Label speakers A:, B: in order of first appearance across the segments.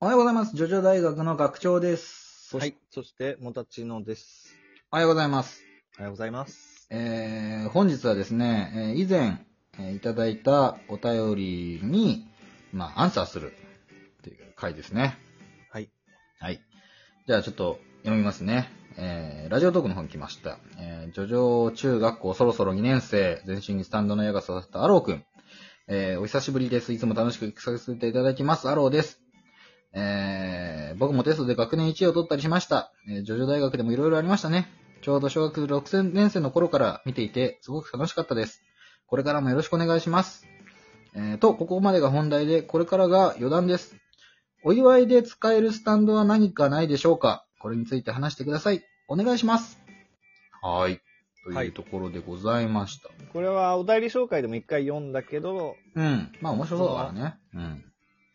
A: おはようございます。ジョジョ大学の学長です。そし
B: はい。そして、もたちのです。
A: おはようございます。
B: おはようございます。
A: えー、本日はですね、えー以前、えーいただいたお便りに、まあ、アンサーするっていう回ですね。
B: はい。
A: はい。じゃあちょっと読みますね。えー、ラジオトークの方に来ました。えー、ジョジョ中学校そろそろ2年生、全身にスタンドの矢が刺さったアローくん。えー、お久しぶりです。いつも楽しく聞かせていただきます。アローです。えー、僕もテストで学年1位を取ったりしました。えー、ジョジョ大学でもいろいろありましたね。ちょうど小学6年生の頃から見ていて、すごく楽しかったです。これからもよろしくお願いします。えー、と、ここまでが本題で、これからが余談です。お祝いで使えるスタンドは何かないでしょうかこれについて話してください。お願いします。はい。と
B: は
A: いう
B: い
A: ところでございました。
B: これはお便り紹介でも一回読んだけど、
A: うん。まあ面白そうだからね。うん。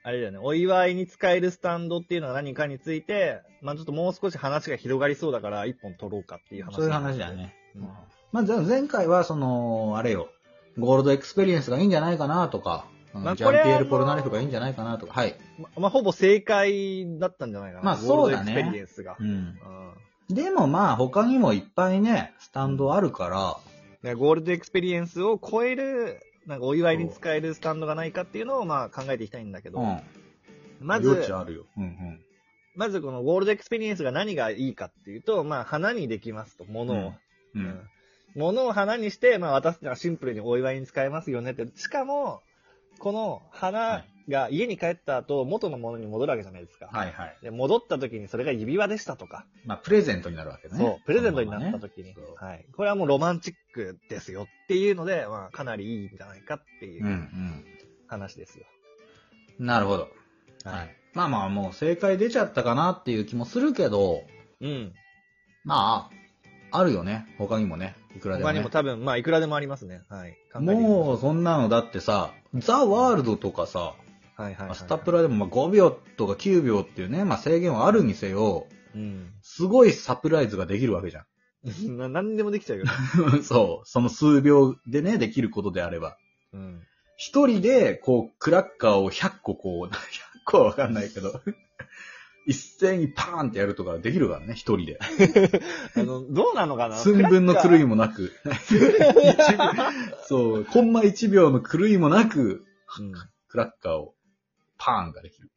B: あれだよね、お祝いに使えるスタンドっていうのは何かについて、まあちょっともう少し話が広がりそうだから、一本取ろうかっていう話。
A: そういう話だ。ね。
B: うん
A: まあ、じゃあ前回は、その、あれよ、ゴールドエクスペリエンスがいいんじゃないかなとか、うん
B: まあ
A: ジャンピエー
B: これはあ
A: ル・
B: の
A: ポルナレフがいいんじゃないかなとか、はい。
B: ままあほぼ正解だったんじゃないかな。
A: まあそうだね
B: ゴールドエクスペリエンスが
A: う。ん。
B: うん
A: でもまあ、他にもいっぱいね、スタンドあるから、
B: ねゴールドエクスペリエンスを超える、なんかお祝いに使えるスタンドがないかっていうのをまあ考えていきたいんだけど、
A: うん。
B: まず、
A: 余地あるよ。うんうん。
B: まずこのゴールドエクスペリエンスが何がいいかっていうと、まあ、花にできますと、物を。
A: う。
B: うん物を花にして、まあ、私はシンプルにお祝いに使えますよねって。しかも、この花が家に帰った後、元のものに戻るわけじゃないですか。
A: はいはい。
B: で戻った時にそれが指輪でしたとか、
A: まあ、プレゼントになるわけね。
B: そう、プレゼントになっ
A: と
B: た時に、
A: そう
B: はい。これはもうロマンチックですよっていうので、まあ、かなりいいんじゃないかってい
A: うんう。
B: うん話ですよ。
A: なるほど。はい。まあまあ、もう正解出ちゃったかなっていう気もするけど、
B: うん。
A: まあ、あるよね。他にもね。いくらでも、
B: 他
A: ね。
B: にも多分、まあ、いくらでもありますね。はい。考えてみましょ
A: もうそんなのだってさ、ザ・ワールドとかさ、
B: う、はいはいはい、はい。
A: スタプラでもまあ5秒とか9秒っていうね、まあ制限はあるにせよ、
B: うん。
A: すごいサプライズができるわけじゃ
B: な何でもできちゃうよ。
A: ん。 そう。その数秒でね、できることであれば。
B: うん。
A: 一人で、こう、クラッカーを100個こう、100個は わかんないけど、 一斉にパーンってやるとかできるからね、一人で。
B: あの、 どうなのかな
A: 寸分の狂いも
B: も。
A: なく。そう、コンマ1秒の狂いもなく、
B: うん
A: クラッカーをパーンができる。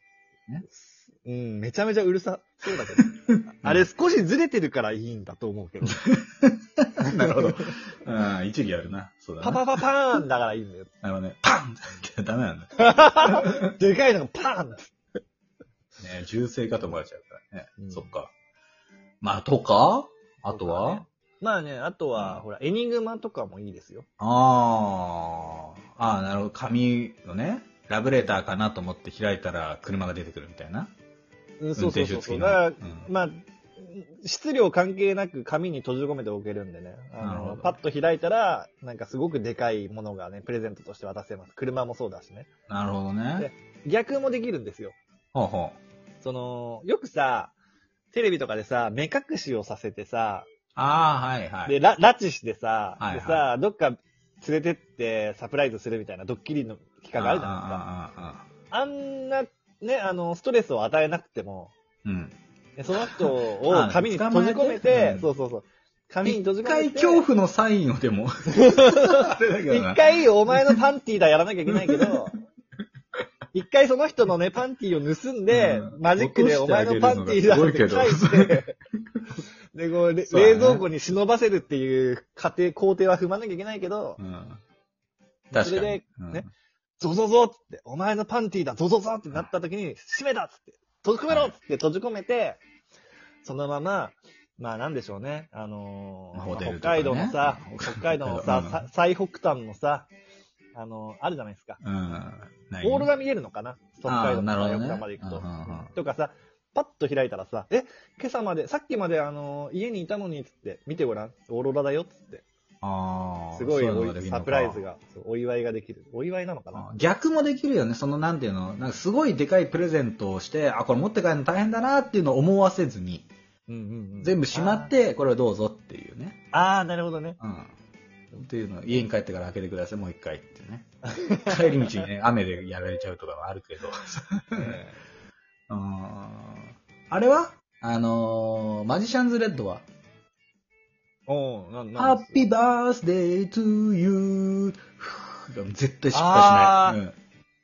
B: うん、めちゃめちゃうるさそうだけど。 あれ少しずれてるからいいんだと思うけど。
A: なるほど。うん、一理あるな。そうだ
B: パ
A: な。
B: パパパーンだからいいんだ よ。
A: あのね、パンってダメなんだ。ね、
B: でかいのがパーンだ。
A: 銃声かと思われちゃうからね。
B: うん
A: そっか。まあ、とかあとは、
B: とかねまあね、あとは、
A: うん
B: ほら、エニグマとかもいいですよ。
A: あーあー、なるほど。紙のね、ラブレターかなと思って開いたら車が出てくるみたいな。
B: うん、
A: 運
B: そうそ
A: 転
B: う
A: 手
B: そうそ
A: 付き
B: う。
A: の。
B: だから
A: うん
B: まあ、質量関係なく紙に閉じ込めておけるんでね。
A: な
B: あ
A: るほ
B: の、
A: ど
B: パッと開いたら、なんかすごくでかいものがね、プレゼントとして渡せます。車もそうだしね。
A: なるほどね
B: で。逆もできるんですよ。
A: ほうほう。
B: その、よくさ、テレビとかでさ、目隠しをさせてさ、
A: ああ、はいはい。
B: で、ら拉致してさ、
A: はいはい
B: でさ、どっか連れてってサプライズするみたいなドッキリの企画あるじゃないですか。
A: あ
B: あんな、ね、あの、ストレスを与えなくても、
A: ーあーあーあーうん。
B: ねその人
A: あ
B: を
A: ー
B: 紙に閉じ込め
A: 捕まえて
B: て
A: う、ん
B: そうそうそう。紙に閉じ
A: 一
B: 込め
A: 回
B: て。
A: 恐怖のサインをで も。あれだけどな
B: 一回お前のパンティーだやらなきゃいけないけ ど、一回その人のね、パンティーを盗んで、
A: うん
B: マジックでお前のパンティーだって返
A: 落とし
B: して
A: あげるのがすごいけ
B: て、 で、こう、れ
A: そうだね
B: 冷蔵庫に忍ばせるっていう過程、工程は踏まなきゃいけないけど、
A: うん。確かに。
B: それで
A: うん
B: ねゾゾゾっつって、お前のパンティーだ、ゾゾゾってなった時に、閉めたっつって、閉じ込めろっつって閉じ込めて、そのまま、まあなんでしょうね、あのー
A: まあホテルと
B: 北
A: かね
B: 海道のさ、北海道のさ
A: うん、
B: さ最北端のさ、あのーあるじゃないですか。
A: うん。ない
B: ボールが見えるのかな北海道
A: なる
B: の
A: ほど
B: 最北
A: ね
B: 端まで行くと。
A: うんうんうん
B: とかさ、パッと開いたらさ、え、今朝まで、さっきまであのー家にいたのにっつって、見てごらん、オーロラだよっつって。
A: ああ。
B: すごい
A: そううのがで
B: お
A: き
B: い
A: るのか
B: サプライズ。が、そうお祝いができる。お祝いなのかな
A: あー逆もできるよね。その、なんていうの、なんかすごいでかいプレゼントをして、あ、これ持って帰るの大変だなっていうのを思わせずに、
B: うんうんうん
A: 全部しまっ。て、これをどうぞっていうね。
B: あーあー、なるほ どね。
A: うん。っていうの、家に帰ってから開けてください、もう一回っ てね。帰り道にね、雨でやられちゃうとかはあるけど。あ
B: あれは
A: ーあのー、マジシャンズレッドは、
B: おうなん、な
A: ハ
B: んで
A: ッ
B: す
A: ピーバースデートゥーユー。絶対失
B: あ
A: 敗し
B: ー
A: ない。うん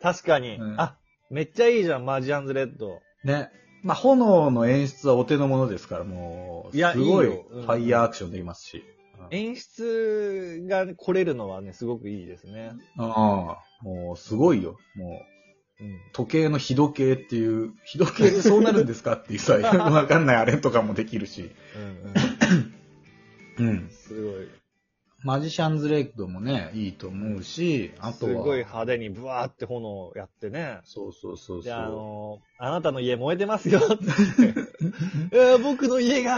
B: 確かに、
A: うん
B: あ、めっちゃいいじゃん、マジアンズレッド。
A: ね。まあ、炎の演出はお手の物ですから、もう、
B: いや
A: すごい
B: いい
A: フ
B: ようん
A: ァイヤーアクションできますし。うん
B: 演出が来れるのはね、すごくいいですね。
A: ああ、もうすごいよ。もう、
B: うん。
A: 時計の日時計っていう、日時計でそうなるんですかっていう さ、わかんないあれとかもできるし。
B: う
A: うん
B: んうん。。すごい。
A: マジシャンズレイドもね、いいと思うし、あ
B: す
A: とは。
B: ごい派手にブワーって炎をやってね。
A: そうそうそうそ
B: で、
A: う。
B: あのあなたの家燃えてます よって言って。えー僕の家が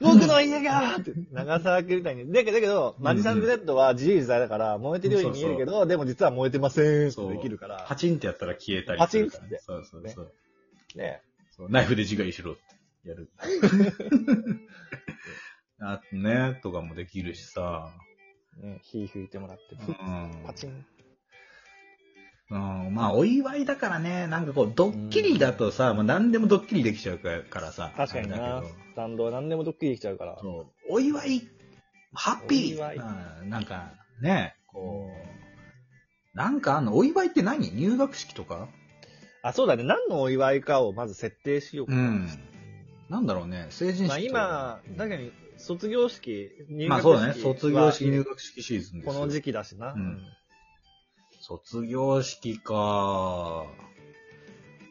B: 僕の家がって、長沢君みたいに。だけど、だけど、マジシャンズレッドは自由自在だから、燃えてるように見えるけど、でも実は燃えてませんって
A: そう
B: できるから
A: パ。チンってやったら消えたりするから、ね。
B: パチンっつって
A: そうそうそう
B: ね。
A: そう。ナイフで自害しろってや る。あとね、とかもできるしさ。
B: うん、火吹いてもらって、
A: う
B: ふっ
A: ん
B: パチン。
A: うん、まあ、お祝いだからね、なんかこう、ドッキリだとさ、もう何でもドッキリできちゃうからからさ。
B: 確かに
A: あ
B: な
A: れだけ。
B: スタンドは何でもドッキリできちゃうから
A: ど。そうお祝い、ハッピー
B: お祝い
A: うんなんか、ね、こう、なんかあんの、お祝いって何入学式とか
B: あ、そうだね。何のお祝いかをまず設定しようか。
A: うん。なんだろうね、成人式と
B: まあ
A: か。
B: 今、確かに卒業式、入
A: まあ
B: 学
A: そ
B: 式
A: う
B: は、
A: だね、卒業式、入学式シーズンです
B: こ
A: よ
B: の時期だしな。
A: うん卒業式か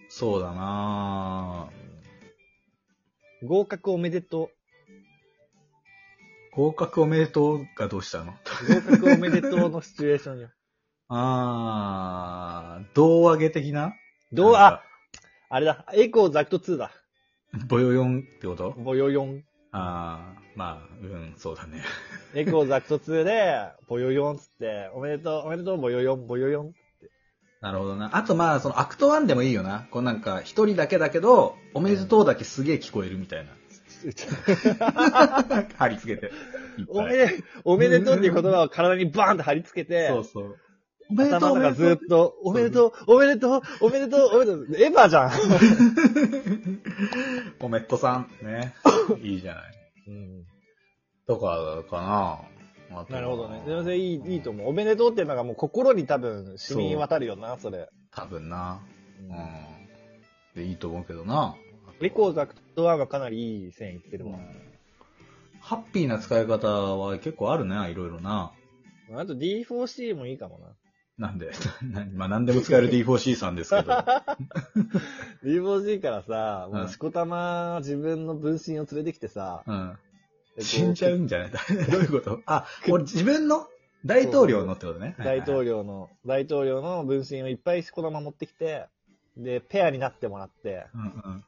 A: そうだな
B: 合格おめでと
A: 合格おめでとうがどうしたの
B: う。合格おめでとうのシチュエーションよ。
A: あー、胴上げ的な
B: どう、
A: なん
B: あ
A: か、
B: あれだ。エコーザクト2だ。
A: ボヨヨンってこと
B: ボヨヨン。
A: あー、まあ、うん、そうだね。
B: エコーザクト2で、ボヨヨンっつって、おめでとう、おめでとう、ボヨヨン、ボ ヨヨン。
A: なるほどな。あとまあ、そのアクト1でもいいよな。こうなんか、一人だけだけど、おめでとうだけすげえ聞こえるみたい な。貼り付けて。いっぱい
B: おめで、おめでとうっていう言葉を体にバーンって貼り付けて、
A: そうそう。おめでとう、
B: 頭
A: お
B: の
A: めでと
B: 中ずっ
A: う。
B: と、おめでとう、おめでとう、おめでとう、おめでとう、エヴァじゃん。
A: おめっとさん。 ね。いいじゃない。とかかな。あとは
B: なるほどね。全然いい、いいと思う。おめでとうっていうのがもう心に多分染み渡るよな、それ。
A: 多分な。
B: うん
A: うん。で、いいと思うけどな。
B: レコーザクトワンはかなりいい線いって
A: で
B: る
A: も
B: もん。
A: ハッピーな使い方は結構あるね、いろいろな。
B: あと D4C もいいかもな。
A: なんで、 なまあ何でも使える D4C さんですけど。
B: D4C からさ、
A: う
B: も
A: ん
B: うしこたま自分の分身を連れてきてさ、
A: うん。
B: でこう
A: 死んじゃうんじゃない どういう ことあ、俺自分の大統領のってことね。
B: 大統
A: 領。
B: 領の、大統領の分身をいっぱいしこたま持ってきて、で、ペアになってもらって、
A: うんうん。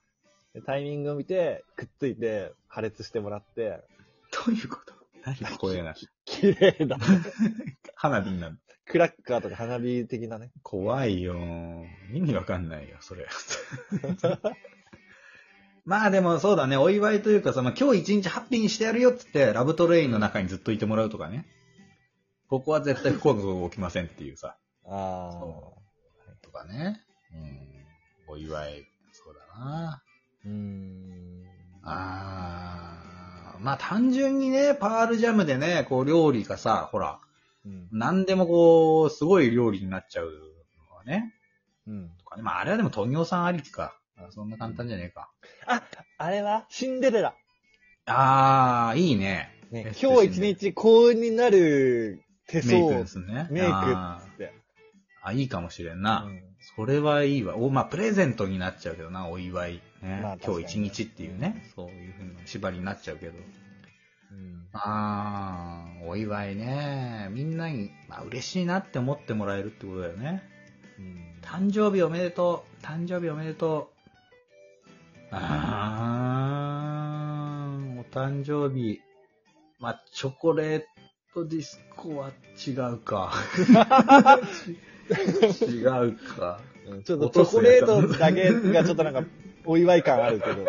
B: でタイミングを見て、くっついて、破裂してもらって、
A: どういうこと何聞こえない。
B: 綺 麗だ。
A: 花火になる。
B: クラッカーとか花火的なね。
A: 怖いよ。意味わかんないよ、それ。 まあでもそうだね、お祝いというかさ、まあ、今日一日ハッピーにしてやるよっつって、ラブトレインの中にずっといてもらうとかね。ここは絶対不幸なことが起きませんっていうさ、
B: あ
A: そとかね。うん。お祝い、そうだな。
B: うーん。
A: あー。まあ単純にね、パールジャムでね、こう料理がさ、ほら、
B: うん。
A: 何でもこう、すごい料理になっちゃうのはね。
B: うん。
A: とかね。まああれはでも、トニオさんありきか。あそんな簡単じゃねえか。
B: あ、あれはシンデレラ。
A: あー、いいね。
B: ね、今日一日幸運になる手
A: メイ
B: 相
A: ク
B: を
A: で、すね。
B: メイク
A: あ
B: っつって。
A: ーあ、いいかもしれん
B: う
A: な。
B: ん
A: それはいいわ。お、まあ、プレゼントになっちゃうけどな、お祝い。ね。
B: まあ
A: 今
B: 確かに
A: 日一日っていうね。そういうふうな縛りになっちゃうけど。
B: うん
A: あー、お祝いね。みんなに、まあ、嬉しいなって思ってもらえるってことだよね。
B: うん
A: 誕生日おめでとう。誕生日おめでとう。あー、お誕生日。まあ、チョコレートディスコは違うか。 違うか。
B: うんちょっとチョコレートだけがちょっとなんか、お祝い感あるけ
A: う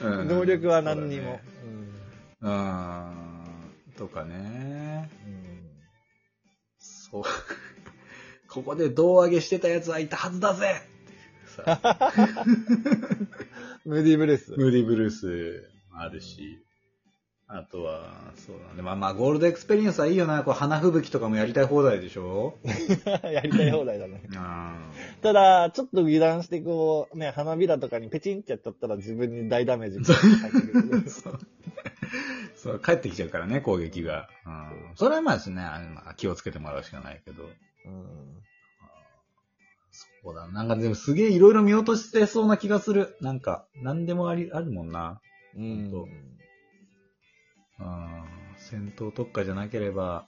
B: ど、
A: ん
B: 能力は何に
A: そうだ
B: も
A: ね。うーん。とかね。
B: うん
A: そう。ここで胴上げしてたやつはいたはずだぜさ、
B: ムーディーブルース。
A: ムーディーブルースもあるし、あとは、そうだね。まあまあ、ゴールドエクスペリエンスはいいよな。こう、花吹雪とかもやりたい放題でしょ
B: やりたい放題だね。
A: あ
B: ただ、ちょっと油断してこう、ね、花びらとかにペチンってやっちゃったら自分に大ダメージ が入ってくる
A: ー そう。そう、帰ってきちゃうからね、攻撃が。うん。それはまあですね、あのまあ気をつけてもらうしかないけど。
B: うん。
A: そうだ。なんかでもすげえいろいろ見落としてそうな気がする。なんか、なんでもあり、あるもんな。
B: うん
A: ほんとうん。戦闘特化じゃなければ、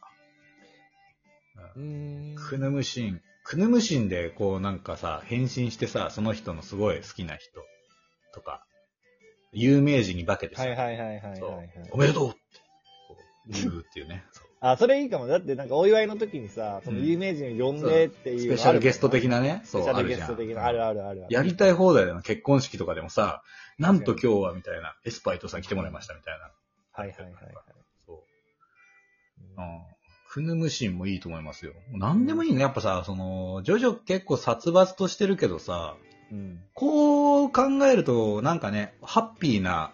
B: うん。
A: クヌムシン。クヌムシンで、こうなんかさ、変身してさ、その人のすごい好きな人とか、有名人に化けてさ、
B: はいはいはいはいはい、
A: そう
B: はい。
A: おめでとうって、こう、言うっていう ね。そう
B: あ、それいいかも。だってなんかお祝いの時にさ、その有名人を呼んでっていう。
A: スペシャルゲスト的
B: な。
A: なね。
B: ス
A: そう、
B: ペシャ
A: あ
B: ル
A: る
B: ゲ
A: じ
B: ス
A: ゃ
B: ト的
A: ん。
B: な。あるあるあるある。
A: やりたい放題だよ。結婚式とかでもさ、なんと今日はみたいな、エスパイとさん来てもらいましたみたいな。
B: はいはいはいはい。
A: そう。
B: う
A: うんんクヌムシンもいいと思いますよ。なんでもいいね。やっぱさ、その、ジョジョ結構殺伐としてるけどさ、
B: うん。
A: こう考えると、なんかね、ハッピーな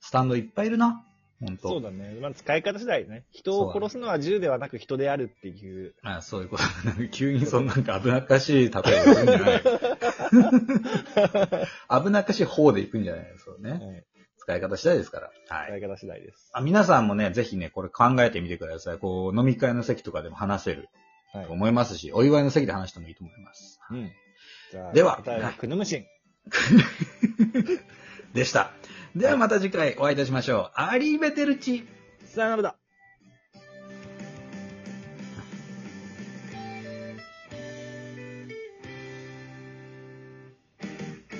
A: スタンドいっぱいいるな。ほんと。
B: そうだね。まあ、使い方次第ね。人を殺すのは銃ではなく人であるっていう。
A: あそういうこと。 急にそんなんか危なっかしい例えが行くんじゃ ない。危なっかしい方で行くんじゃないそうね。
B: はい
A: 使い方次第ですから。はい。
B: 使い方次第です。
A: あ皆さんもね、ぜひね、これ考えてみてください。こう、飲み会の席とかでも話せる
B: はい
A: と。思いますし、お祝いの席で話してもいいと思います。
B: うん。じゃあ、
A: では
B: 答えはクヌムシン。
A: でした。ではまた次回お会いいたしましょう。アリーベテルチ
B: さよならだ。